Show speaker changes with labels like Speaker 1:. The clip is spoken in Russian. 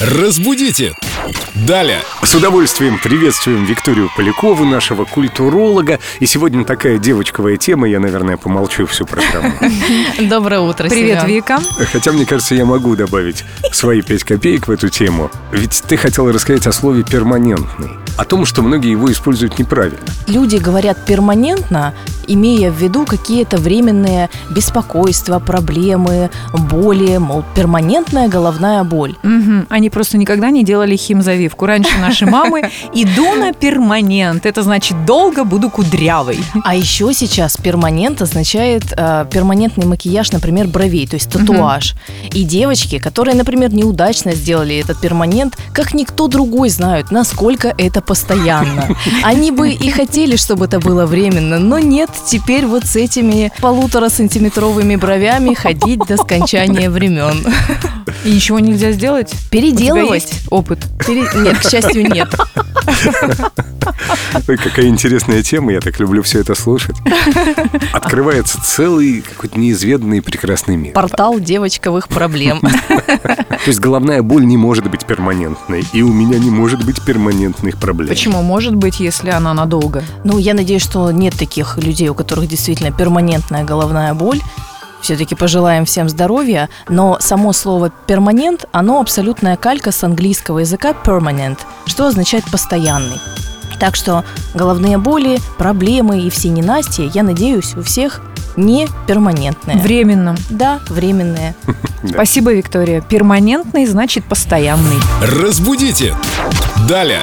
Speaker 1: Разбудите! Далее.
Speaker 2: С удовольствием приветствуем Викторию Полякову, нашего культуролога. И сегодня такая девочковая тема, я, наверное, помолчу всю программу.
Speaker 3: Доброе утро,
Speaker 4: Привет,
Speaker 3: Семен.
Speaker 4: Вика.
Speaker 2: Хотя, мне кажется, я могу добавить свои 5 копеек в эту тему. Ведь ты хотела рассказать о слове «перманентный», о том, что многие его используют неправильно.
Speaker 3: Люди говорят перманентно, имея в виду какие-то временные беспокойства, проблемы, боли, мол, перманентная головная боль.
Speaker 4: Мгм. Они просто никогда не делали химзавивку. Раньше наши мамы «иду на перманент». Это значит «долго буду кудрявой».
Speaker 3: А еще сейчас перманент означает э, перманентный макияж, например, бровей, то есть татуаж. И девочки, которые, например, неудачно сделали этот перманент, как никто другой знают, насколько это постоянно. Они бы и хотели, чтобы это было временно, но нет, теперь вот с этими полутора сантиметровыми бровями ходить до скончания времен.
Speaker 4: И ничего нельзя сделать? У тебя
Speaker 3: Переделывать?
Speaker 4: есть опыт?
Speaker 3: Пере- Нет, к счастью, нет.
Speaker 2: Ой, какая интересная тема, я так люблю все это слушать. Открывается целый какой-то неизведанный и прекрасный мир.
Speaker 3: Портал девочковых проблем.
Speaker 2: То есть головная боль не может быть перманентной, и у меня не может быть перманентных проблем.
Speaker 4: Почему? Может быть, если она надолго.
Speaker 3: Ну, я надеюсь, что нет таких людей, у которых действительно перманентная головная боль. Все-таки пожелаем всем здоровья, но само слово «перманент» – оно абсолютная калька с английского языка «permanent», что означает «постоянный». Так что головные боли, проблемы и все ненастья, я надеюсь, у всех не перманентные.
Speaker 4: Временно.
Speaker 3: Да, временные.
Speaker 2: Да.
Speaker 4: Спасибо, Виктория. Перманентный значит постоянный.
Speaker 1: Разбудите! Далее.